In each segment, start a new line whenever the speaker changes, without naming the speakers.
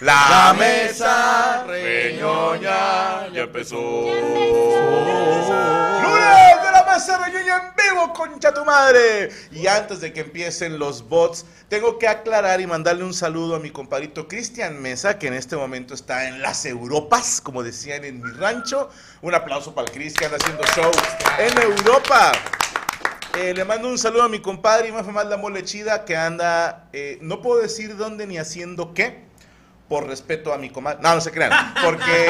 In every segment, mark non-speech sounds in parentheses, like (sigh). La mesa reñoña ya empezó. Lunes de la mesa reñoña en vivo, concha tu madre. Y antes de que empiecen los bots, tengo que aclarar y mandarle un saludo a mi compadrito Cristian Mesa, que en este momento está en las Europas, como decían en mi rancho. Un aplauso para el Cristian haciendo show en Europa. Eh, le mando un saludo a mi compadre y más más la mole chida que anda, eh, no puedo decir dónde ni haciendo qué, por respeto a mi comadre. No, no se crean, porque...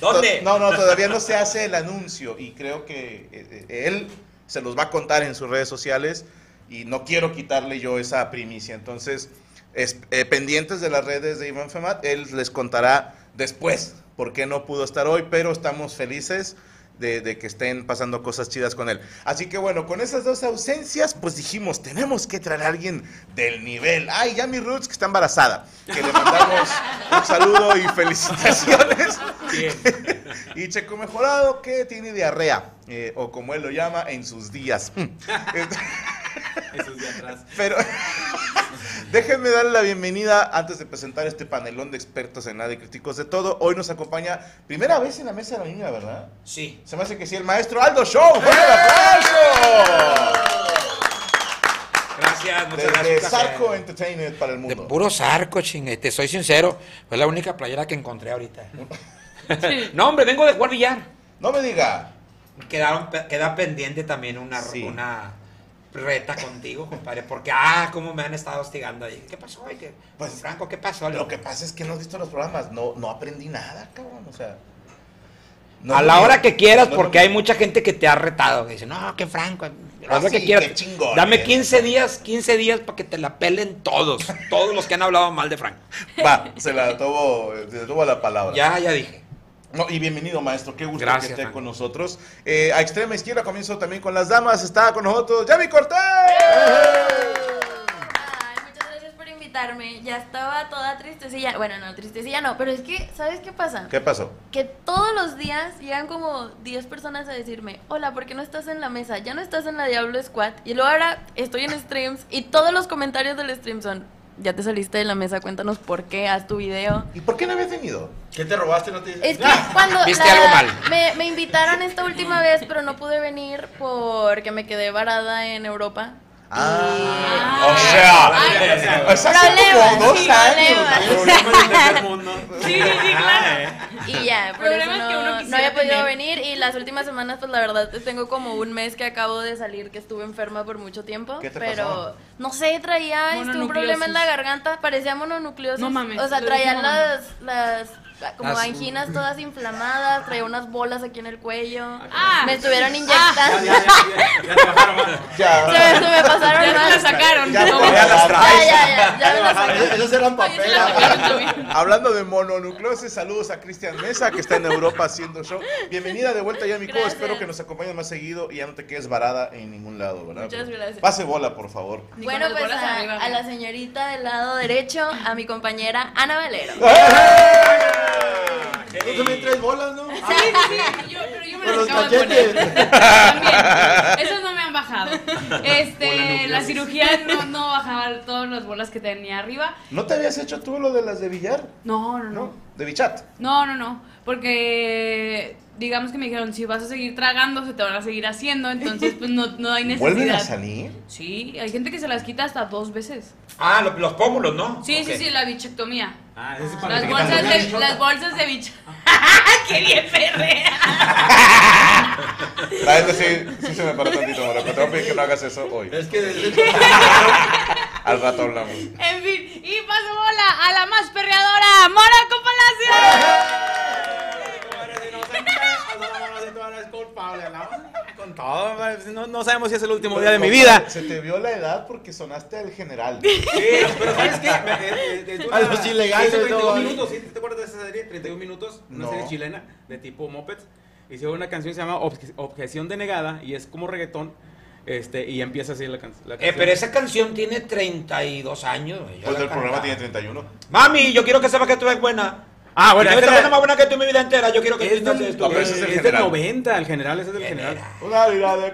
¿Dónde?
No, no, todavía no se hace el anuncio y creo que eh, eh, él se los va a contar en sus redes sociales y no quiero quitarle yo esa primicia. Entonces, es- eh, pendientes de las redes de Iván Femat, él les contará después por qué no pudo estar hoy, pero estamos felices. De, de que estén pasando cosas chidas con él. Así que bueno, con esas dos ausencias, pues dijimos, tenemos que traer a alguien del nivel. Ay, ya mi Roots que está embarazada. Que le mandamos un saludo y felicitaciones. (laughs) Y Checo Mejorado que tiene diarrea, eh, o como él lo llama, en sus días.
Esos de atrás.
Pero (laughs) déjenme darle la bienvenida antes de presentar este panelón de expertos en nada y críticos de todo. Hoy nos acompaña, primera vez en la mesa de la niña, ¿verdad?
Sí.
Se me hace que sí, el maestro Aldo Show. ¡Fuerte el aplauso!
Gracias, muchas
Desde
gracias.
Sarco Entertainment para el
De
mundo.
puro sarco, chingue. Te soy sincero, fue la única playera que encontré ahorita. no, hombre, vengo de jugar billar.
No me diga.
Quedaron, pe- queda pendiente también una,
Sí.
una reta contigo, compadre. Porque, ah, cómo me han estado hostigando ahí. ¿Qué pasó? ay, ¿Qué,
Pues,
Franco, ¿qué pasó?
Lo que pasa es que no has visto los programas. No, no aprendí nada, cabrón. O sea. no
a
me
la
diga.
hora que quieras,
No, no
porque
me-
hay mucha gente que te ha retado. Que dice, no, que Franco. A la hora
Ah, sí,
que quieras.
qué chingón,
Dame
eh.
15 días, 15 días para que te la pelen todos. todos los que han hablado mal de Franco.
Va, se la tomo, se la tomo la palabra.
Ya, ya dije.
No, y bienvenido, maestro. Qué gusto
Gracias,
que esté
Franco.
con nosotros. Eh, a extrema izquierda comienzo también con las damas. Está con nosotros Yami Cortés.
¡Eh!
Ay, muchas gracias por invitarme. Ya estaba toda tristecilla. Bueno, no, tristecilla no, pero es que, ¿sabes qué pasa?
¿Qué pasó?
Que todos los días llegan como 10 personas a decirme, hola, ¿por qué no estás en la mesa? Ya no estás en la Diablo Squad. Y luego ahora estoy en streams y todos los comentarios del stream son, ya te saliste de la mesa, cuéntanos por qué, haz tu video.
¿Y por qué no habías venido?
¿Qué te robaste? No te
(laughs)
Es que cuando
Viste algo mal.
Me, me invitaron esta última vez, pero no pude venir porque me quedé varada en Europa.
Ah,
Y-
o sea,
Ay,
o sea, hace
problemas,
como dos
sí,
años.
problemas.
Problemas del tercer mundo.
Sí, sí, sí, claro.
Y ya, por eso
Problemas que uno
no, no
quisiera
había podido
tener.
venir y las últimas semanas, pues la verdad, tengo como un mes que acabo de salir, que estuve enferma por mucho tiempo,
¿Qué te
pero
pasó?
no sé, traía este, un
Mononucleosis.
problema en la garganta, parecía mononucleosis,
No mames,
o sea,
lo
traía
dijo mamá.
las, las como
Las-
anginas todas inflamadas, traía unas bolas aquí en el cuello,
Ah.
me estuvieron inyectando,
Ya te bajaron.
se,
Ya.
me, se me pasaron
Ya
mal.
la sacaron.
Ya,
No,
ya,
ya
las
Ya,
traes.
ya, ya, ya me la sacaron.
Esos eran papeles.
la sacaron también.
Hablando de mononucleosis, saludos a Cristian Mesa, que está en Europa haciendo show. Bienvenida de vuelta, ya mi cubo.
Gracias.
Espero que nos acompañes más seguido y ya no te quedes varada en ningún lado, ¿verdad?
Muchas gracias.
Pase bola, por favor.
Ni con
Bueno,
las
pues
bolas
a,
arriba,
a
mira.
la señorita del lado derecho, a mi compañera Ana Valero. ¡Eh!
Tú también traes bolas, ¿no?
Sí, sí, sí, yo, pero yo me
Con
las
los
acabo de poner.
cachetes.
También. (laughs) Esos no me han bajado. Este, la
Mononucleosis.
cirugía no, no bajaba todas las bolas que tenía arriba.
¿No te habías hecho tú lo de las de billar?
No, no,
¿No?
no.
De bichat.
No, no, no. Porque digamos que me dijeron, si vas a seguir tragando, se te van a seguir haciendo, entonces pues no, no (laughs) hay
¿Vuelven a
necesidad.
salir?
Sí, hay gente que se las quita hasta dos veces.
Ah, lo- los pómulos, ¿no?
Sí,
Ok.
sí, sí, la bichectomía.
Ah, ese es para
Las
que
bolsas,
te quitan
de,
la
las bolsas de bicho. (laughs) ¡Qué bien perrea!
La neta sí, sí se me paró tantito, Mora, pero te voy a pedir que no hagas eso hoy.
Es que
Al rato hablamos.
En fin, y paso bola a la más perreadora, Moraco Palacio.
Con todo, no, no sabemos si es el último día de mi vida.
Se te vio la edad porque sonaste al (laughs) general.
Sí, pero ¿sabes qué? Me- eh, eh, es una-
A los ilegales,
hizo 32
¿no?
minutos, ¿sí? ¿Te acuerdas de esa serie? 31 minutos, una
No.
serie chilena de tipo Mopeds. Hicieron una canción que se llama Obje- Objeción denegada y es como reggaetón. Este, y empieza así la, can- la
Eh,
canción.
pero esa canción tiene 32 años. güey. Yo
Pues
la
el programa
cantaba.
tiene 31.
Mami, yo quiero que sepas que tú eres buena.
Ah, bueno,
Bueno, esta
este
buena
era-
más buena que tú mi vida entera. Yo quiero que
es
tú
del,
haces
No, pero
es
ese es el
del
general.
90, el general ese es del general.
Una vida de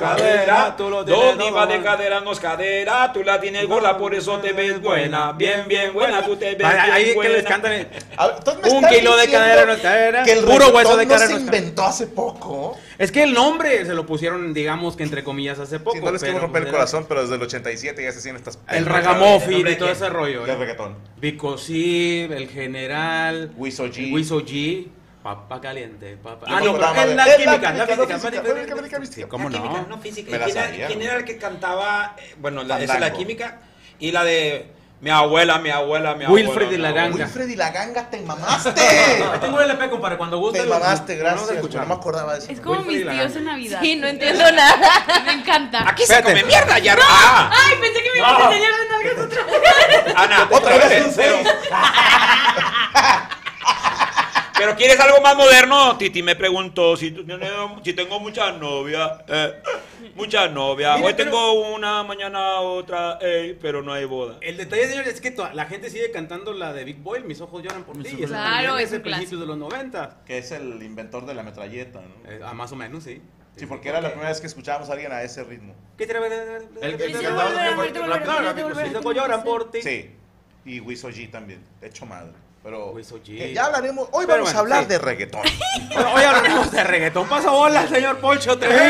Cadera, tú lo tienes
Dos
todo,
divas de
man.
cadera, nos cadera. Tú la tienes gorda, por eso te ves buena. Bien, bien buena, tú te ves
Ah, Ahí
bien
ahí que
buena.
les cantan. eh, el-
A ver, entonces me
Un
estás
kilo de
diciendo
cadera no es cadera,
Que el
puro
reggaetón
hueso de cadera
no
no
se
es
inventó hace poco.
Es que el nombre se lo pusieron, digamos que entre comillas, hace poco.
Sí, no les quiero
pero,
romper el
pues,
corazón, pero desde el 87 ya se hacían estas.
era El
perras,
ragamuffin
nombre
y
de
todo
quién?
ese rollo.
del
¿no?
reggaetón.
Bicosí, el general.
Wiso G.
Wiso G. Papa caliente, papa.
Yo
Ah,
me
no, pero
acordaba
es
de-
la
es
química, la
química,
física,
física,
física,
física,
física,
física.
sí, ¿Cómo
La química,
no?
no física.
Me la
¿Quién, era,
sabía,
quién
güey.
era el que cantaba? eh, Bueno, la, esa es la
Fandango.
química. Y la de mi abuela, mi abuela, mi abuela.
Wilfred y
mi
la
abuela.
ganga.
Wilfred y la ganga, te (laughs) mamaste.
Ahí Tengo el LP, compadre, cuando guste.
te
lo-
mamaste,
lo vamos a
gracias.
escuchar.
No me acordaba de eso.
Es como
Wilfred y
mis
la
tíos
ganga.
en Navidad.
Sí, no entiendo nada.
(laughs) Me encanta.
Aquí
Espérate.
se come mierda, ya. Ah,
Ay, pensé que me ibas a enseñar las nalgas otra vez.
Ana,
Otra vez un
pero-
cero.
Pero quieres algo más moderno, Titi me preguntó si, tú tienes- si tengo muchas novias, eh, muchas novias.
Mira,
Hoy
pero-
tengo una, mañana otra, eh, pero no hay boda.
El detalle, señores, es que to- la gente sigue cantando la de Big Boy, Mis ojos lloran por ti. y eso
lloran. Claro,
también
es un
principios de los 90.
Que es el inventor de la metralleta, ¿no?
Eh, ah, más o menos, sí.
Sí, porque era la primera vez que escuchábamos a alguien a ese ritmo.
¿Qué te
El que
Quise
te andaba
volver a verte, volver a
rápido,
verte,
rápido,
volver a
Mis
sí.
verte.
ojos lloran por ti.
Sí. Y Wiso G también. De hecho, madre. Pero
Wiso G.
que ya hablaremos. Hoy
Pero
vamos
bueno,
a hablar
sí.
de reggaetón.
Bueno, hoy hablaremos de reggaetón. Paso bola, señor Poncho Trujillo.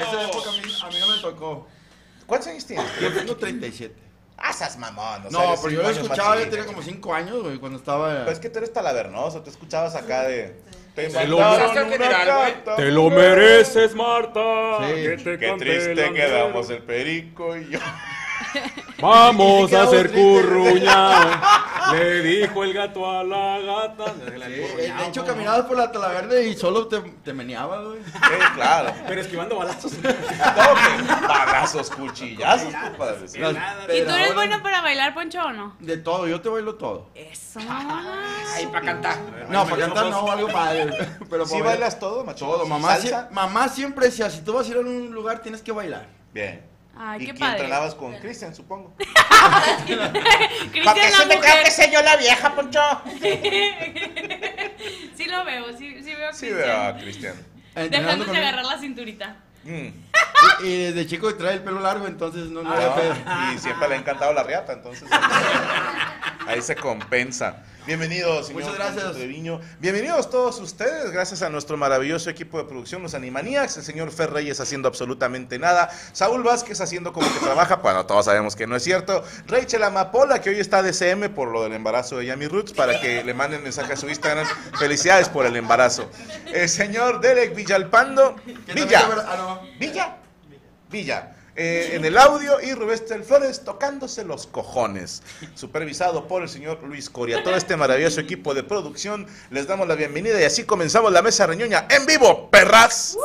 Esa época a mí, a mí no me tocó.
¿Cuántos años tienes?
Yo tengo 37.
Ah, seas mamón. o sea,
No,
eres
pero yo
cinco
lo
años más
escuchaba, yo
chiquito.
tenía como 5 años, güey, cuando estaba.
Pero es que tú eres talavernoso, tú escuchabas acá de. Te
lo
mandaron
mereces,
una
general, güey.
carta.
Te lo mereces, Marta.
Sí.
que te
Qué
cante el
triste
andero.
quedamos el perico y yo. (laughs)
Vamos a
quedamos
hacer
tristes.
curruña. Le dijo el gato a la gata.
Sí, eh, de hecho, caminabas por la Talaverde y solo te, te meneabas, güey.
Sí, claro.
Pero esquivando balazos.
No, que Balazos, cuchillazos, compadre. Sí.
Las
¿Y tú eres
pedradoras,
bueno para bailar, Poncho, o no?
De todo, yo te bailo todo.
Eso.
Ay, para cantar.
No, para cantar no, algo (laughs) padre. güey. Pero
¿Sí
para
bailas todo, macho?
todo. Mamá, sie-
¿Salsa?
mamá siempre decía, si tú vas a ir a un lugar, tienes que bailar.
Bien.
Ay,
y
qué
que
padre.
entrenabas con Cristian,
(laughs)
supongo.
Cristian, la mujer.
sé yo la vieja, Poncho.
Sí lo veo, sí, sí veo a
Sí, veo a
Cristian.
Cristian.
Entrenando
Dejándose
con él.
agarrar la cinturita.
Mm.
Y, y desde chico trae el pelo largo, entonces no, no había (laughs) pedo.
Ah, Y siempre le ha encantado la riata, entonces. Ahí se compensa. Bienvenidos, señor
Muchas gracias.
Poncho Treviño. Bienvenidos todos ustedes, gracias a nuestro maravilloso equipo de producción, los Animaniacs, el señor Fer Reyes haciendo absolutamente nada, Saúl Vázquez haciendo como que trabaja, bueno, todos sabemos que no es cierto, Rachel Amapola, que hoy está de CM por lo del embarazo de Yami Roots, para que le manden mensaje a su Instagram, felicidades por el embarazo. El señor Derek Villalpando,
Que también
Villa.
te baila- ah, no.
Villa. Villa. eh, en el audio y Rubén Flores tocándose los cojones. Supervisado por el señor Luis Coria. Todo este maravilloso equipo de producción. Les damos la bienvenida y así comenzamos la mesa reñoña en vivo, perras.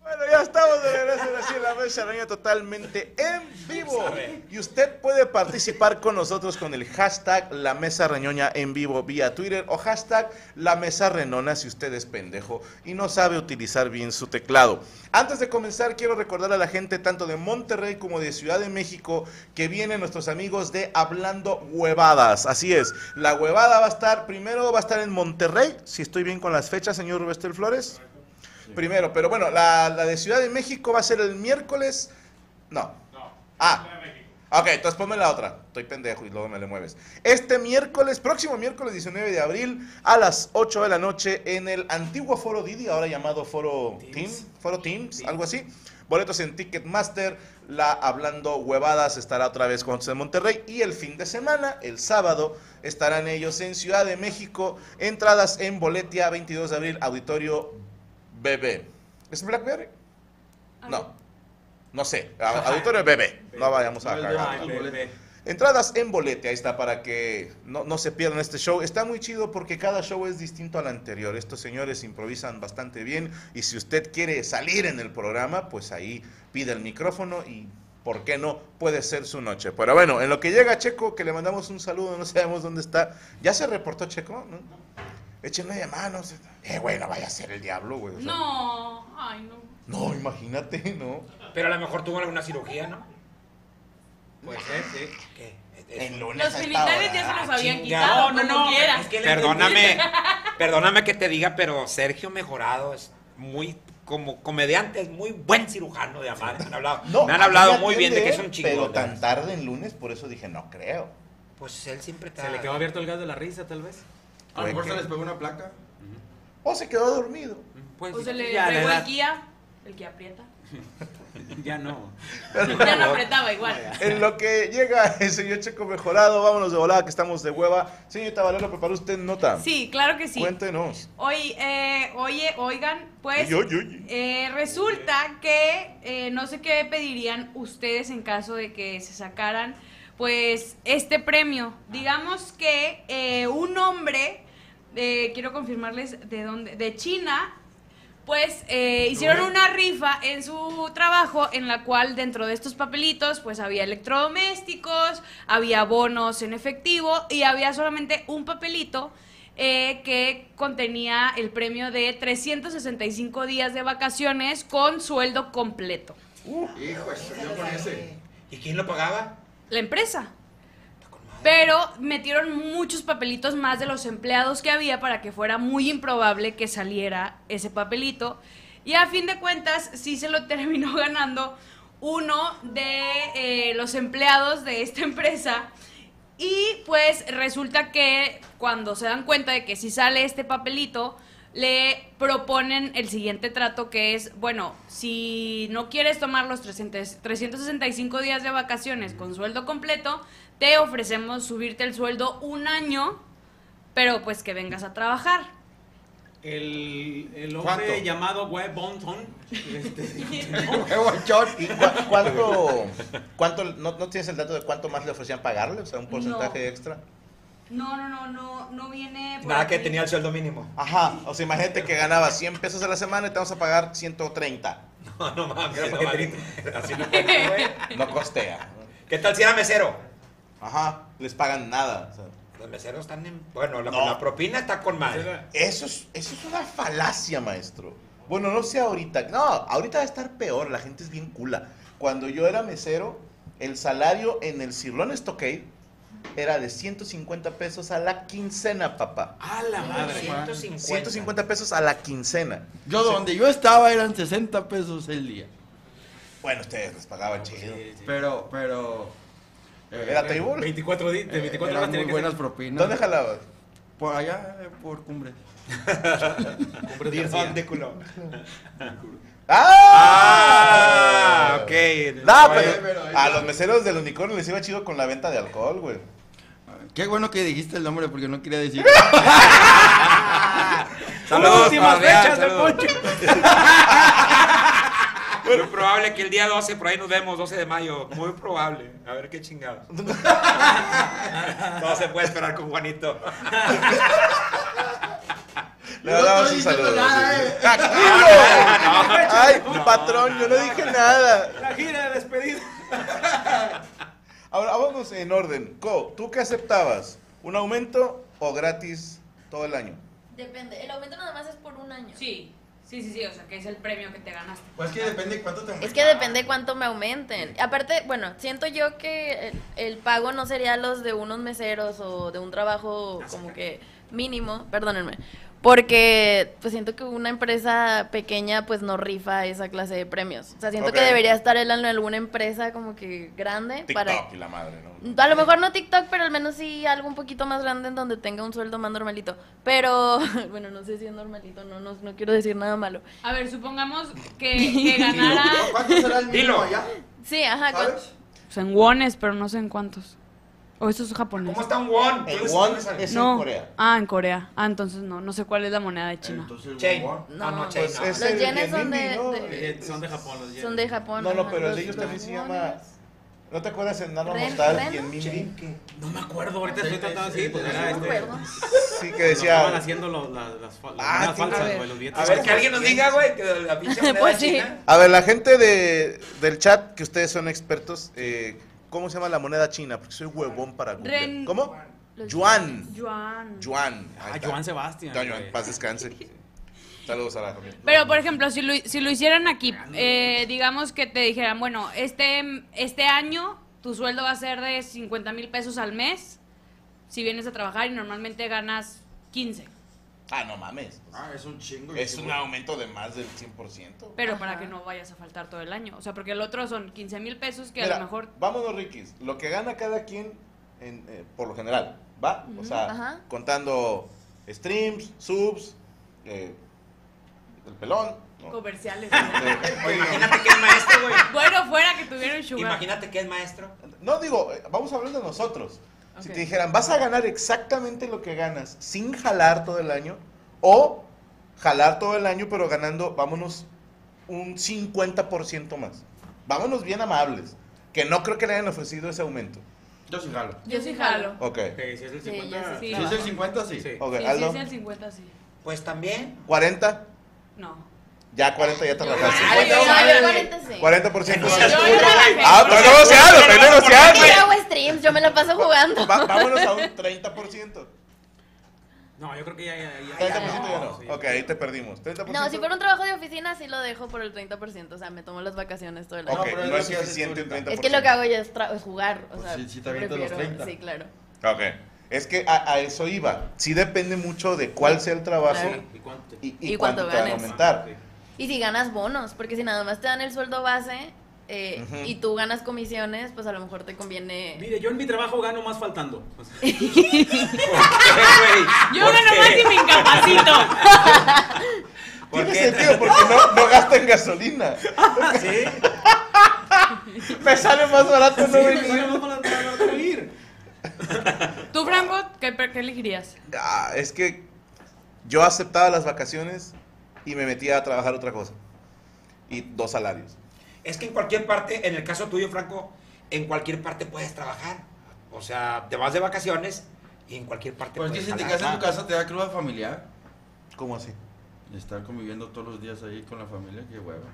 Bueno, ya estamos de regreso en así en la mesa reñoña totalmente en vivo. Y usted puede participar con nosotros con el hashtag La Mesa Reñoña en vivo vía Twitter o hashtag La Mesa Renona si usted es pendejo y no sabe utilizar bien su teclado. Antes de comenzar, quiero recordar a la gente tanto de Monterrey como de Ciudad de México que vienen nuestros amigos de Hablando Huevadas. Así es, la huevada va a estar, primero va a estar en Monterrey, si estoy bien con las fechas, señor Rubestel Flores. Primero, pero bueno, la, la de Ciudad de México va a ser el miércoles. No. Ah. Ok, entonces ponme la otra. Estoy pendejo y luego me le mueves. Este miércoles, próximo miércoles 19 de abril a las 8 de la noche en el antiguo Foro Didi, ahora llamado Foro Teams, Foro Teams, algo así. Boletos en Ticketmaster, la Hablando Huevadas estará otra vez con nosotros en Monterrey y el fin de semana, el sábado, estarán ellos en Ciudad de México. Entradas en Boletia 22 de abril, Auditorio BB. ¿Es Blackberry? No. No sé. A- Auditorio BB. No vayamos a cagar.
Ay, bebé.
Entradas en bolete, ahí está, para que no, no se pierdan este show. Está muy chido porque cada show es distinto al anterior. Estos señores improvisan bastante bien y si usted quiere salir en el programa, pues ahí pide el micrófono y, ¿por qué no? Puede ser su noche. Pero bueno, en lo que llega Checo, que le mandamos un saludo, no sabemos dónde está. ¿Ya se reportó Checo? ¿No? Échenle llamada, no sé. Eh, güey, no vaya a ser el diablo, güey. o sea,
No, ay, no.
No, imagínate, ¿no.
Pero a lo mejor tuvo alguna cirugía, ¿no?
Puede
Pues,
ser, sí.
eh,
¿Qué? Es- es-
En lunes
Los
a esta
genitales
hora.
ya se los
Chingado.
habían quitado, Ah, no, no, quiera.
Es que le-
Perdóname.
(laughs) Perdóname que te diga, pero Sergio Mejorado es muy, como comediante, es muy buen cirujano de amar. Me han hablado,
No,
me han
a mí
hablado
me
muy bien de que es
atiende,
un chingón.
Pero
de
tan
verdad.
tarde en lunes, por eso dije, no creo.
Pues él siempre está.
Se le quedó abierto el gas de la risa, tal vez.
A lo mejor
Puede
se
que-
les pegó una (laughs) placa.
O se quedó (laughs) dormido.
Pues,
O se le
ya, la
pegó el
edad,
Kia, el que
(laughs)
aprieta.
ya no.
Ya no apretaba igual.
En lo que llega el señor Checo Mejorado, vámonos de volada que estamos de hueva. Señorita Valero, ¿preparó usted nota?
Sí, claro que sí.
Cuéntenos.
Hoy, eh, oye, oigan, pues
Oye, oye, oye.
eh, resulta que eh, no sé qué pedirían ustedes en caso de que se sacaran, pues, este premio. Digamos que eh, un hombre, eh, quiero confirmarles de dónde, de China, pues eh, hicieron una rifa en su trabajo en la cual dentro de estos papelitos pues había electrodomésticos, había bonos en efectivo y había solamente un papelito eh, que contenía el premio de 365 días de vacaciones con sueldo completo.
Hijo, eso, yo con ese.
¿Y quién lo pagaba?
La empresa. Pero metieron muchos papelitos más de los empleados que había para que fuera muy improbable que saliera ese papelito. Y a fin de cuentas, sí se lo (laughs) terminó ganando uno de eh, los empleados de esta empresa. Y pues resulta que cuando se dan cuenta de que si sale este papelito, le proponen el siguiente trato que es, bueno, si no quieres tomar los 300 365 días de vacaciones con sueldo completo, te ofrecemos subirte el sueldo un año, pero pues que vengas a trabajar.
El, el hombre
¿Cuánto?
llamado Web Bonton.
(laughs)
Este, (laughs)
¿Y
(laughs)
cu- cuánto, cuánto no, no tienes el dato de cuánto más le ofrecían pagarle? O sea, un porcentaje
No.
extra.
No, no, no, no, no viene... por
Nada que
aquí.
tenía el sueldo mínimo. (laughs)
Ajá, o sea, imagínate que ganaba 100 pesos a la semana y te vamos a pagar 130.
No, no mames.
Era
no
para
mames. Así no puede.
No costea.
¿Qué tal si era mesero?
Ajá, les pagan nada. o sea.
Los meseros están en. Bueno, la,
No.
la propina está con madre.
Eso es, eso es una falacia, maestro. Bueno, no sé ahorita. No, ahorita va a estar peor. La gente es bien cula. Cuando yo era mesero, el salario en el Cirlón Stockade era de 150 pesos a la quincena, papá.
a la madre.
150.
150 pesos a la quincena.
Yo donde yo estaba eran 60 pesos el día.
Bueno, ustedes les pagaban chido.
Pero, pero. eh,
¿Era table?
24 días, de
eh,
24
eran
horas
muy
tiene que
buenas
ser.
propinas.
¿Dónde jalabas?
Por allá, eh, por cumbre.
Dirzón de culo.
¡Ah!
Ah, ok.
No,
Oye,
pero
pero ahí
a
está.
los meseros del unicornio les iba chido con la venta de alcohol, güey.
Qué bueno que dijiste el nombre porque no quería decir.
Saludos,
Últimas
Fabián,
fechas de
saludos.
Poncho.
Muy probable que el día 12, por ahí nos vemos, 12 de mayo. Muy probable. A ver qué
(laughs)
chingados. Todo se puede esperar con
(laughs)
Juanito.
Le
No
damos
estoy
un
diciendo
saludo.
nada,
sí.
eh.
(laughs) ¡Tranquilo! Ay, patrón, yo no dije nada.
La gira de despedida.
Ahora, vamos en orden. Co, ¿tú qué aceptabas? ¿Un aumento o gratis todo el año?
Depende. El aumento nada más es por un año.
Sí, sí, sí, sí, o sea, que es el premio que te ganaste.
Pues que depende de cuánto te
Es que depende cuánto me aumenten. Aparte, bueno, siento yo que el, el pago no sería los de unos meseros o de un trabajo como que mínimo, perdónenme. Porque pues siento que una empresa pequeña pues no rifa esa clase de premios. O sea, siento
Ok.
que debería estar él en alguna empresa como que grande
TikTok
para
y la madre, ¿no?
a lo mejor no TikTok, pero al menos sí algo un poquito más grande en donde tenga un sueldo más normalito. Pero, (laughs) bueno, no sé si es normalito, no, no, no quiero decir nada malo.
A ver, supongamos que, que ganara.
¿Cuánto será el mínimo
Dilo.
allá?
Sí, ajá. con-
¿Sabes?
Pues en wones, pero no sé en cuántos. O eso es japonés.
¿Cómo está un won?
El won es
no.
en Corea.
Ah, en Corea. Ah, entonces no. No sé cuál es la moneda de China.
Entonces,
Chain.
guau.
No, no,
No,
chain.
Pues
no.
es
Los
el
yenes son
renminbi,
de-
¿no?
de-
Eh,
Son de Japón los yenes.
son de Japón.
No, no,
ajá,
pero el
los-
de ellos también
los
se llama.
wones.
¿No te acuerdas en Nano
Ren-
Mostal
Ren,
y en Minbi?
No me acuerdo, ahorita estoy tratando así, pues
No
era
me
este.
acuerdo.
Sí, que
cuando Estaban
decía.
haciendo los, las, las, fal- las
Ah,
monedas
sí, a
falsas,
ver.
güey, los billetes.
A ver, que alguien nos diga, güey, que la
(laughs)
pinche moneda
Pues sí.
china.
A ver, la gente de, del chat, que ustedes son expertos, eh, ¿cómo se llama la moneda china? Porque soy huevón para Google.
Ren-
¿Cómo?
Los
Yuan.
Yuan.
Juan.
Ah, Joan Sebastián.
Don Juan,
güey.
paz descanse. Saludos a la familia.
Pero, por ejemplo, si lo, si lo hicieran aquí, eh, digamos que te dijeran, bueno, este, este año tu sueldo va a ser de 50 mil pesos al mes si vienes a trabajar y normalmente ganas 15.
Ah, no mames.
Ah, es un chingo.
Es un aumento de más del 100%.
Pero
Ajá.
para que no vayas a faltar todo el año. O sea, porque el otro son 15 mil pesos que a
Mira,
lo mejor...
Vámonos, Rikis. Lo que gana cada quien, en, eh, por lo general, ¿va? O sea,
Ajá.
contando streams, subs, eh, el pelón. ¿no?
Comerciales.
Eh,
Oye, imagínate que es maestro, güey.
(laughs) bueno, fuera que tuviera un sugar.
Imagínate que es maestro.
No digo, eh, vamos a hablar de nosotros. Si
Ok.
te dijeran, vas a ganar exactamente lo que ganas sin jalar todo el año o jalar todo el año pero ganando, vámonos, un 50% más. Vámonos bien amables, que no creo que le hayan ofrecido ese aumento.
Yo sí jalo.
Yo sí jalo.
Ok,
Ok, si es el
Sí,
50.
ya sé,
sí.
Si es el 50, sí.
Sí.
ok,
Sí, sí,
Aldo,
es el 50, sí.
Pues también.
40,
No.
ya 40 ya te
Ay,
rajaste.
ay, ay,
No, yo
ay.
40 sí.
40%.
Yo- yo
la bajé.
Ah, pero negociado, estoy negociando.
Yo hago streams, yo me la paso
(laughs)
jugando.
Va- vámonos a un 30%.
No, yo creo que ya. ya,
30%
ya, ya
ya no.
sí.
Ok, ahí te perdimos. 30%.
No, si fuera un trabajo de oficina sí lo dejo por el 30%, o sea, me tomo las vacaciones todo el año.
Ok,
pero
no,
es lo
es
que haces
suficiente un
tú ahorita.
30%.
Es que lo que hago yo es, tra- es jugar, o
Pues
sea,
sí, sí te avientas los 30.
Sí, claro.
Ok. Es que a, a eso iba. Sí depende mucho de cuál sea el trabajo
Claro.
¿Y cuánto?
y, y
Y
cuánto,
cuánto
te van a
ganes.
aumentar.
Y si ganas bonos, porque si nada más te dan el sueldo base eh,
Ujú.
y tú ganas comisiones, pues a lo mejor te conviene...
Mire, yo en mi trabajo gano más faltando.
(laughs)
O sea,
Yo gano más y me incapacito.
Tiene sentido porque no, no gastan gasolina.
sí.
(laughs) Me sale más barato no
Sí, me
venir.
sale más para- para- para ir.
¿Tú, Franco, qué, qué elegirías?
Ah, es que yo aceptaba las vacaciones y me metía a trabajar otra cosa. Y dos salarios.
Es que en cualquier parte, en el caso tuyo, Franco, en cualquier parte puedes trabajar. O sea, te vas de vacaciones y en cualquier parte
Pues
puedes
dicen que
jalar. Ah,
casa en tu casa te da cruda familiar.
¿Cómo así?
Y estar conviviendo todos los días ahí con la familia, qué hueva.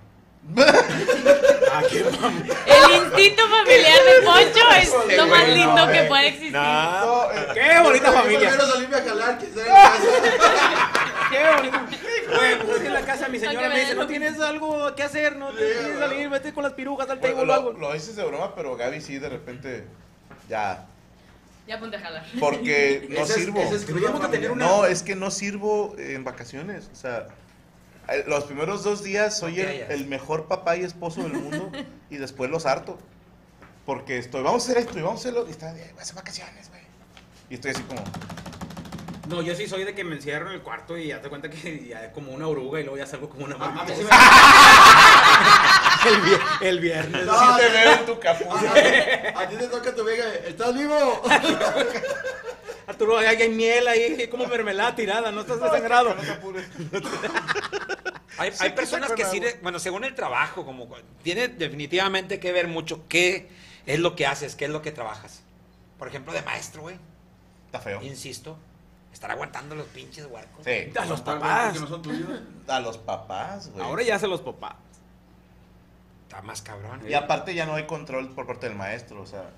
Ah, qué mamón.
El instinto familiar de Poncho es lo más
güey,
lindo
no,
que
güey.
puede existir.
No, eh,
Qué bonita familia.
Yo salirme a jalar, que estar en casa.
Qué bonito. Güey, pues es que en la casa mi señora
Aunque me
me dice,
den
no
lo
tienes algo que hacer, no te quieres salir, vete con las pirujas al
bueno,
table o
lo,
algo.
lo dices de broma, pero Gaby sí de repente ya.
Ya ponte a jalar.
Ah, Porque
(laughs)
no
Ese es-
sirvo.
ese es cruda
Deberíamos de tener
familiar.
una-
No, es que no sirvo en vacaciones. O sea, eh, los primeros dos días soy
No te
el,
hallas.
el mejor papá y esposo del mundo y después los harto. Porque estoy, vamos a hacer esto y vamos a hacerlo. Y están, eh, vas a vacaciones, güey. Y estoy así como,
No, yo sí soy de que me encierro en el cuarto y ya te cuenta que ya es como una oruga y luego ya salgo como una
Ah,
A- a mí
marmota.
sí me-
el, vier- el (laughs) viernes.
No,
"Sí te
no,
veo en tu capuz.
Ah, A a ti te toca tu vega. ¿Estás (laughs) vivo?
Arturo, ahí hay miel ahí, es como mermelada tirada, no estás desangrado.
No te apures. Sí,
Hay,
pues
hay
que
personas
sacan
que sí,
agua.
de- bueno, según el trabajo, como cu- tiene definitivamente que ver mucho qué es lo que haces, qué es lo que trabajas. Por ejemplo, de maestro, güey,
Está feo.
insisto, estar aguantando los pinches huercos.
Sí.
A los papás.
Que no son tuyos.
A los papás, güey.
Ahora ya se los papás.
Está más cabrón.
Y aparte ya no hay control por parte del maestro, o sea,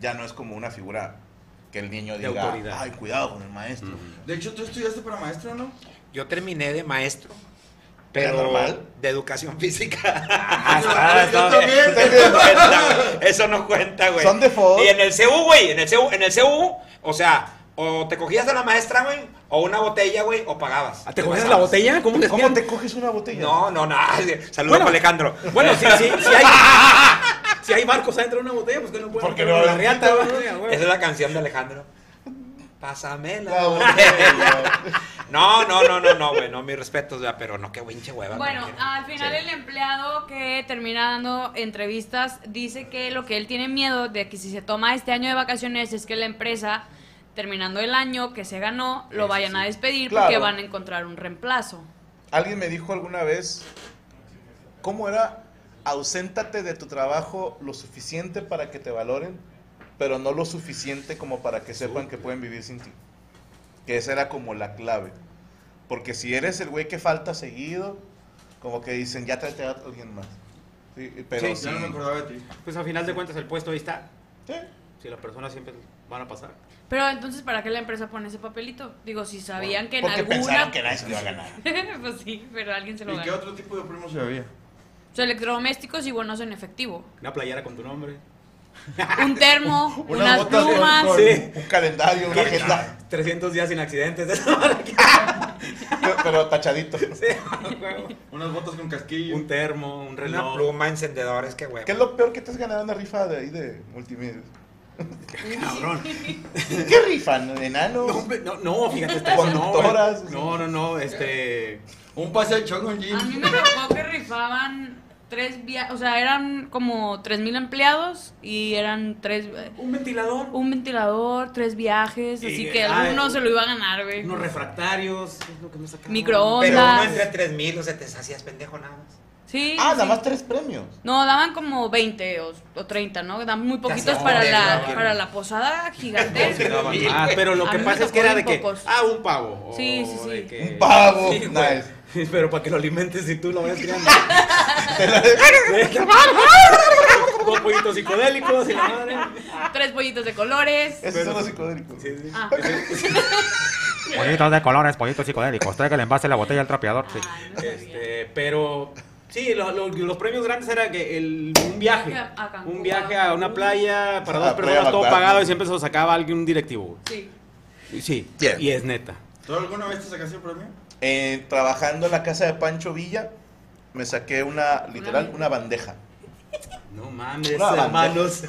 ya no es como una figura que el niño
De
diga,
autoridad.
ay, cuidado con el maestro.
De hecho, tú estudiaste para maestro, (laughs) ¿no?
Yo terminé de maestro,
¿Era
pero
normal? Ah,
de educación física.
Yo también.
Eso no cuenta, (laughs) güey. Eso no cuenta, güey.
Son de Ford.
Y en el CU, güey, en el CU, en el CU, o sea, O te cogías a la maestra, güey, o una botella, güey, o
Ah,
pagabas.
¿Te coges la
pasabas.
botella? ¿Cómo le
¿Cómo te coges una botella?
No, no, no. Saludos
Bueno.
para Alejandro.
(laughs)
Bueno, si, si, si
Ah,
hay, si hay barcos adentro de una botella, pues que no pueden.
Porque
meter
no
la
hay-
riata, güey, güey.
Esa es la canción de Alejandro. Pásame la
La
botella.
botella.
No, no, no, no, no, güey. No, mis respetos, ¿verdad? pero no, qué winche hueva.
Bueno, ah,
güey.
al final
Sí.
el empleado que termina dando entrevistas dice que lo que él tiene miedo de que si se toma este año de vacaciones es que la empresa, terminando el año que se ganó, lo
Eso
vayan a despedir
Claro.
porque van a encontrar un reemplazo.
Alguien me dijo alguna vez, ¿cómo era? Auséntate de tu trabajo lo suficiente para que te valoren, pero no lo suficiente como para que sepan que pueden vivir sin ti. Que esa era como la clave. Porque si eres el güey que falta seguido, como que dicen, ya tráete a alguien más. Sí, pero
Sí,
si-
ya no me acordaba de ti.
Pues al final de cuentas el puesto ahí está.
Sí.
Si las personas siempre van a pasar.
Pero entonces, ¿para qué la empresa pone ese papelito? Digo, si sabían que en
Porque
alguna...
pensaron que nadie se lo iba a ganar.
(laughs) pues sí, pero alguien se lo
¿Y qué
gana.
otro tipo de primo se había?
O sea, electrodomésticos y bonos
(laughs)
en efectivo.
Una playera con tu nombre.
Un termo,
Unas
unas
botas de
plumas.
alcohol.
Sí.
Un calendario, una agenda,
300 días sin accidentes. (laughs)
pero tachadito.
Unas botas con casquillo.
un termo, un
Una
reloj.
pluma, encendedores, qué hueva.
¿Qué es lo peor que te has ganado en una rifa de ahí de multimedia?
(laughs) Cabrón.
¿Qué rifan? ¿Enanos?
No, hombre, no, no, fíjate, está eso, no, güey.
Conductoras.
no, no, no, este.
Un pase de chongo en
A mí
jeans.
me tocó que rifaban tres viajes, o sea, eran como tres mil empleados y eran tres,
Un ventilador,
un ventilador, tres viajes,
Y-
eh,
así que
ay,
alguno se lo iba a ganar, güey.
unos refractarios. Es lo que me sacaron.
Microondas.
Pero uno
ondas.
entre 3000, o sea, te hacías pendejo nada más.
Sí.
Ah,
sí.
nada más tres premios.
No, daban como 20 o, o 30, ¿no? Dan muy poquitos
no,
para
no,
la
no, no.
para la posada gigantesca.
No, mil,
Ah,
güey.
pero lo
A
que
mí me
pasa es que
tocó
era de
bien
que.
pocos.
Ah, un pavo. o
Sí, sí, sí.
de que-
Un pavo,
Sí, güey.
nice.
(laughs) Pero para que lo alimentes y tú lo vayas (laughs) criando. (laughs) Dos pollitos psicodélicos y la madre.
Tres pollitos de colores.
Esos son los psicodélicos.
Sí, (laughs) sí.
Ah.
Pollitos de colores, pollitos psicodélicos. Traiga el envase, la botella, el trapeador. sí.
Ah, no sabía.
Este, pero sí, lo- lo- los premios grandes era que el, un viaje,
Viaje a Cancún,
un viaje a una playa para dos
Ah,
personas,
playa
todo
bacán.
pagado y siempre se lo sacaba alguien un directivo. güey.
Sí.
Y Sí,
Bien.
y es neta.
¿Tú alguna vez te sacaste un premio?
Eh, trabajando en la casa de Pancho Villa, me saqué una, literal, una bandeja.
No mames,
Una banda.
hermanos.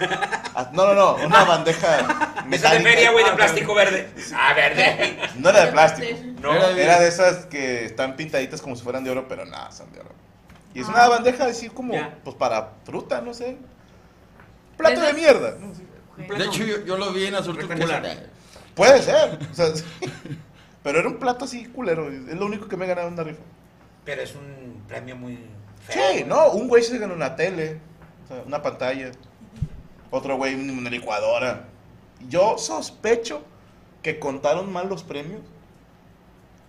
Ah, No, no, no, una bandeja
(laughs) Esa de
metálica.
feria, güey, de plástico verde. Ah,
(laughs)
verde.
No era de plástico.
No.
Era de esas que están pintaditas como si fueran de oro, pero nada, son de oro. Y es
Ah.
una bandeja así como,
Ya.
pues para fruta, no sé. Plato de
Esas-
mierda. No sé.
De hecho, yo, yo lo vi en azul
Rectangular.
turquesa.
Puede ser. o sea, sí. (laughs) Pero era un plato así culero. Es lo único que me he ganado en una rifa.
Pero es un premio muy feo.
Sí, no, un güey se ganó una tele, o sea, una pantalla, otro güey una licuadora. Yo sospecho que contaron mal los premios.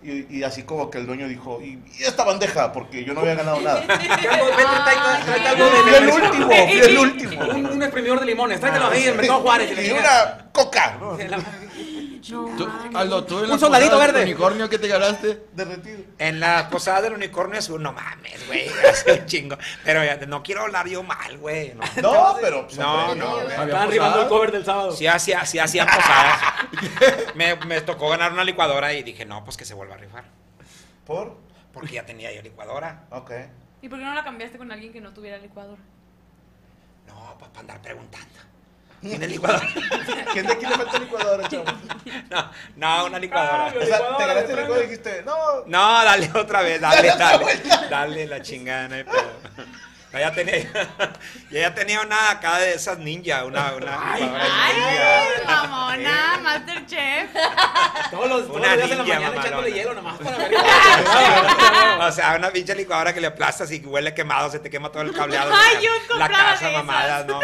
Y, y así como que el dueño dijo, ¿Y, y esta bandeja, porque yo no había ganado nada. (laughs)
Ay,
tráete algo
Fui
de Eh,
el último, fui el último. Ah,
Un, un exprimidor de limones, tráetelo ahí en Mercado Juárez. y la
Y
chingada.
una coca, ¿no?
no,
Tú,
mames.
Aldo, tú en
Un
las
soldadito
posadas
verde.
del unicornio que te ganaste.
(laughs) derretido.
En la posada del unicornio azul, no mames, güey. (laughs) Hace un chingo. Pero ya, no quiero hablar yo mal, güey. No,
No, pero... pues, son
no,
premios.
no, güey.
Estaba arribando el cover del sábado.
Sí hacía, sí hacían posadas. (laughs) me, me tocó ganar una licuadora y dije, no, pues que se vuelva a rifar.
¿Por?
Porque ya tenía yo licuadora.
Ok.
¿Y por qué no la cambiaste con alguien que no tuviera licuadora?
No, pues para andar preguntando. (laughs) ¿Tienes licuadora?
¿Quién de aquí le falta (laughs) licuadora, chavo?
no, no, una licuadora.
O sea, te ganaste el licuador y dijiste, no,
No, dale otra vez, dale, dale. Dale la chingada, no hay pedo. No, ya tenía, (laughs) ya, ya tenía una acá de esas ninja, una, una licuadora ninja.
Ay, mamona, Masterchef.
Todos los, todos
Una
los días en la
ninja,
mañana
mamalona.
echándole hielo nomás para ver.
O sea, una pinche licuadora que le aplastas y huele quemado, se te quema todo el cableado.
Ay, yo
la
compraba
casa
de esas.
mamada, no.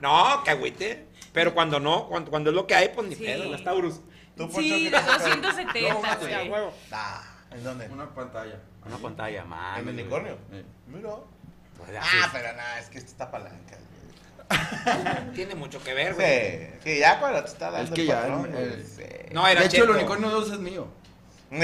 (laughs) no, que agüite. Pero cuando no, cuando, cuando es lo que hay, pues ni
Sí.
pedo.
Las Taurus.
tú por
Sí, de 270, güey.
Nah, Ah, ¿en dónde?
Una pantalla.
Una pantalla, mami.
¿En el unicornio?
Eh.
Mira.
Pues, así
Ah,
es.
pero nada, es que esto está palanca. güey.
Ah, Tiene mucho que ver, güey.
Sí, que ya cuando te está dando
que
el
ya,
patrón,
el-
güey,
el-
sí.
No, era
de hecho, el
cheto.
unicornio 2 es mío.
No,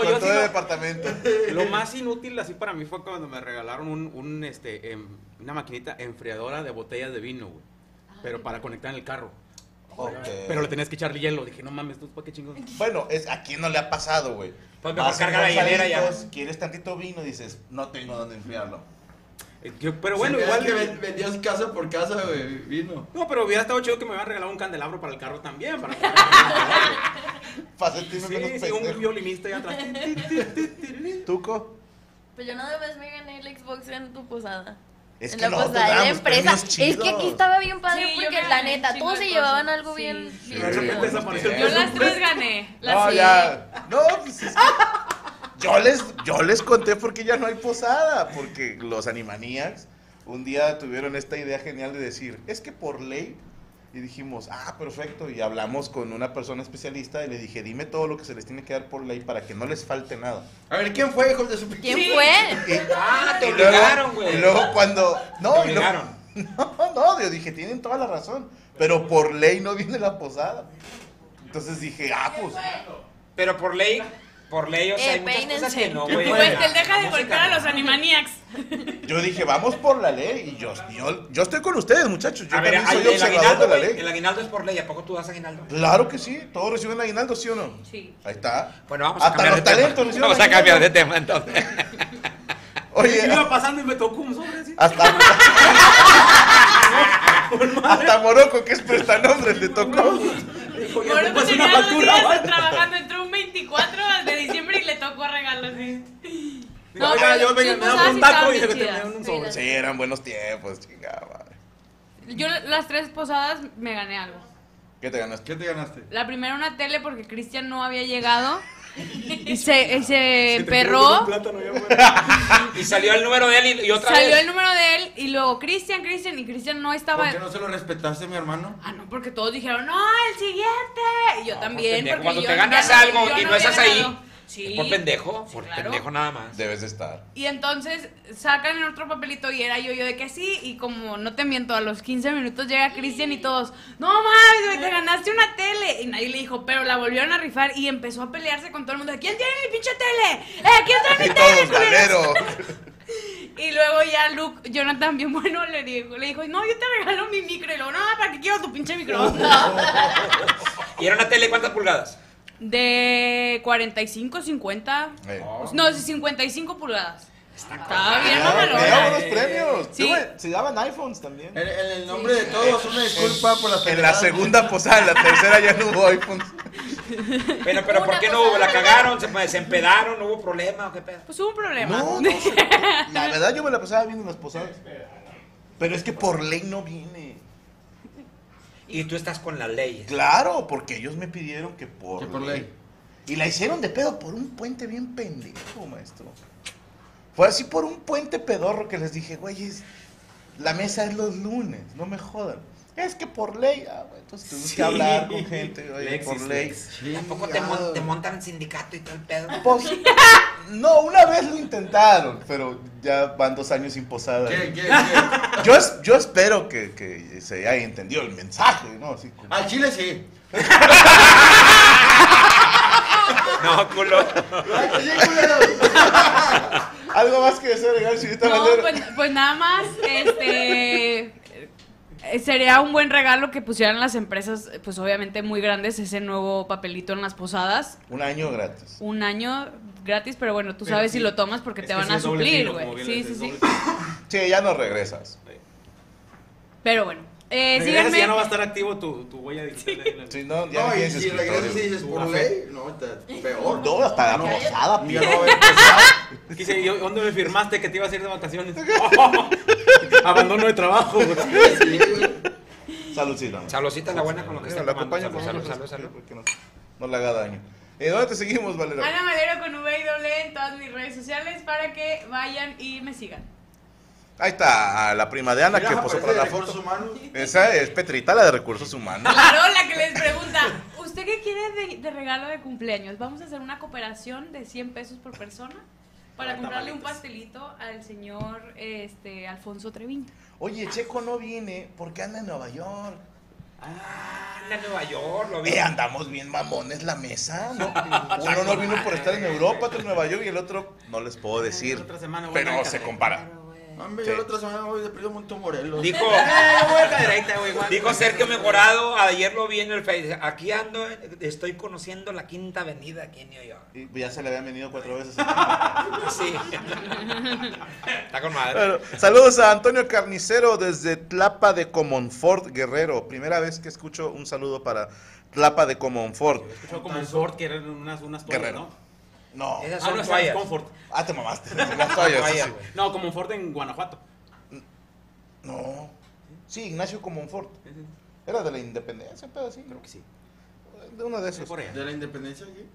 Con
yo
todo
sí
el
lo-
departamento.
Lo más inútil así para mí fue cuando me regalaron un, un, este, em, una maquinita enfriadora de botellas de vino, güey. pero para conectar en el carro.
Ok.
Pero le tenías que echarle hielo. Dije, no mames, ¿tú para qué chingón?
Bueno, es, ¿a quién no le ha pasado, güey?
Pues mejor
Vas en
carga la
los
hielera ya.
alitos, Quieres tantito vino y dices, no tengo dónde enfriarlo.
Eh, yo- pero
Se
bueno,
me hace
igual.
que ven- vendías casa por casa, güey, vino.
No, pero hubiera estado chido que me hubieran regalado un candelabro para el carro también.
(laughs)
Para
Para sentirme menos
sí, sí,
pendejo.
un violinista ahí atrás.
(laughs) ¿Tuco?
Pues yo nada más me gané el Xbox en tu posada.
Es
en
que
la
nosotros
posada de pues, la
dábamos
empresa.
premios
Es que aquí
chidos.
estaba bien padre
Sí, yo
porque
gané
la
un
neta,
chingo
todos
de
se
cosas.
llevaban algo
Sí.
bien.
Sí.
De repente desapareció el
Yo
queso.
las tres gané. Las
No,
sí.
ya. No, pues es que- yo les, yo les conté por qué ya no hay posada. Porque los Animaniacs un día tuvieron esta idea genial de decir, es que por ley. Y dijimos, ah, perfecto. Y hablamos con una persona especialista y le dije, dime todo lo que se les tiene que dar por ley para que no les falte nada.
A ver, ¿quién fue, hijos de su
¿Quién
Sí.
fue?
Y,
Ah, te
y luego-
obligaron, güey.
Y luego cuando. No,
Te
y luego-
obligaron.
(laughs) no, no, yo dije, tienen toda la razón. Pero por ley no viene la posada. Entonces dije, ah, pues.
Pero por ley, por ley, o sea,
Eh,
hay muchas cosas
peínense.
que no, güey.
Pues él
él
deja de golpear a los Animaniacs.
Yo dije, vamos por la ley. Y yo, yo, yo estoy con ustedes, muchachos. Yo
A ver,
también
hay-
soy
el
observador
aguinaldo,
de la
güey,
ley.
el aguinaldo es por ley, ¿a poco tú das aguinaldo?
Claro que sí, todos reciben aguinaldo, ¿sí o no?
Sí.
Ahí está.
Bueno, vamos a
Hasta
cambiar
los
de tema.
talentos reciben
Vamos a cambiar de
aguinaldo.
tema entonces.
Y
Oye,
iba pasando y me tocó un sobre así.
hasta. hasta Morocco, que es prestanombres, le tocó.
Dijo, "Ya
Por
me pasó pues,
eso
una
tenía dos
factura.
días trabajando entre un 24 de diciembre y le tocó regalos. sí.
Dijo,
No,
"Oiga,
pero
yo
tus
venga, me daba
posadas
un
estaban
taco y
bien
se me
chidas.
terminó en un
Sí,
sobre.
las-
Sí, eran buenos tiempos, chingada madre.
Yo las tres posadas me gané algo.
¿Qué te ganaste?
¿Qué te ganaste?
La primera una tele porque Cristian no había
(laughs)
llegado. Y se,
Se
y se
terminó con un
emperró.
plátano allá afuera.
(laughs) Y salió el número de él y, y otra
Salió
vez.
el número de él y luego Cristian, Cristian y Cristian no
Ah,
estaba.
¿Por qué no se lo respetaste, mi hermano?
Ah, no, porque todos dijeron, no, el siguiente. Y yo
No, por
también.
pendejo,
porque
cuando
yo
te ganas
ya no-
algo
yo
y
no
no
había
estás ahí,
ganado.
es
Sí.
por pendejo, por
claro.
pendejo nada más.
Debes de estar.
Y entonces sacan otro papelito y era yo, yo de que sí. Y como no te miento, a los 15 minutos llega Cristian y todos, no mames, güey, te ganaste una tele. Y nadie le dijo, pero la volvieron a rifar y empezó a pelearse con todo el mundo. ¿Quién tiene mi pinche tele? ¿Eh, ¿Quién
(laughs) Y
tiene mi tele?
todos,
culeros?" (laughs)
valero.
Y luego ya Luke, Jonathan, bien bueno, le dijo, le dijo, no, yo te regalo mi micro. Y luego, no, ¿para qué quiero tu pinche microondas?
¿Y era una tele cuántas pulgadas?
De 45, 50.
Eh.
No, sí, 55 pulgadas. Está bien,
Ah,
mamalona.
veamos los premios.
Sí.
Digo, Se daban iPhones también.
En, en el nombre de todos, una disculpa por las
En la segunda posada, en la tercera ya no hubo iPhones.
Bueno, pero ¿por
Una
qué no hubo?
posada.
¿La cagaron? ¿Se desempedaron? ¿No hubo problema o qué pedo?
Pues hubo un problema. (laughs)
No, no. se- La verdad yo me la pasaba viendo en las posadas. Pero es que por ley no viene.
Y tú estás con las leyes.
Claro, porque ellos me pidieron que por,
Que por ley.
Y la hicieron de pedo por un puente bien pendejo, maestro. Fue así por un puente pedorro que les dije, güeyes, la mesa es los lunes, no me jodan. Es que por ley, ah, güey, entonces tuvimos que hablar con gente, oye,
Lexis,
por ley.
Tampoco te, mon- te montan sindicato y todo el pedo.
Pues, no, una vez lo intentaron, pero ya van dos años sin posada.
¿Qué,
(laughs)
qué, qué?
Yo, es- yo espero que, que se haya entendido el mensaje, ¿no? Así como-
Al chile sí.
No, culo.
Ay, sí, culero.
Algo más que deseo agregar, señorita
(laughs) No,
Valero.
pues, pues nada más, este. eh, Sería un buen regalo que pusieran las empresas, eh, pues obviamente muy grandes, ese nuevo papelito en las posadas.
Un año gratis.
Un año gratis, pero bueno, tú
Pero
sabes
sí.
si lo tomas porque
Es
te
que
van
sí
a
es doble
suplir,
filo, como bien
güey. Sí,
les
sí,
dices,
sí.
doble filo.
Sí, ya no regresas.
Pero bueno, eh,
Regresas y
síganme.
ya no va a estar activo tu, tu huella digital. ahí en el-
Si no, ya no
No, y
tienes
si regresas y
escritorio. Ah.
dices por ley, no, está peor.
No, hasta la posada,
Ya
pío.
no va a empezar.
Quise, ¿y ¿dónde me firmaste que te ibas a ir de vacaciones?
(laughs) Oh,
Abandono de trabajo. güey.
Sí, güey.
Saludcita.
Saludcita la buena con lo que está
Lo
tomando.
acompaño con
Salud,
otros,
salud, salud, salud.
porque no, no le haga daño. Eh, ¿Dónde te seguimos, Valero?
Ana Madero con V y doble en todas mis redes sociales para que vayan y me sigan.
Ahí está la prima de Ana (laughs)
Mira,
que posó
parece
para la
de
foto.
recursos humanos.
Esa es Petrita, la de recursos humanos.
Claro, la que les pregunta, ¿usted qué quiere de, de regalo de cumpleaños? Vamos a hacer una cooperación de 100 pesos por persona para comprarle un pastelito al señor este, Alfonso Treviño.
Oye, Checo no viene porque anda en Nueva York.
Anda en Nueva York, lo vi.
Eh, andamos bien mamones la mesa, ¿no? Uno no vino por estar en Europa, otro en Nueva York y el otro no les puedo decir.
Otra semana,
Pero
buena,
se
cabrón.
compara.
Hombre,
Sí.
yo la otra semana me voy de perdido a Montemorelos.
Dijo, dijo Sergio Mejorado, ayer lo vi en el Facebook. Aquí ando, estoy conociendo la quinta avenida aquí en New York.
Y Ya se le habían venido cuatro (laughs) veces.
Sí. (laughs) Está con madre.
Bueno, saludos a Antonio Carnicero desde Tlapa de Comonfort, Guerrero. Primera vez que escucho un saludo para Tlapa de Comonfort.
Escuchó como un Ford que eran unas, unas toallas,
Guerrero.
¿no?
No.
Esas
Ah,
son
no, esas
toallas.
eran Comfort.
Ah, te
(laughs)
mamaste. Las toallas,
Vaya,
sí.
güey.
No, como un Ford en Guanajuato.
No. Sí, Ignacio Comonfort. Era de la independencia, pero sí. Creo que sí. De uno de esos.
Por allá.
¿De la independencia aquí?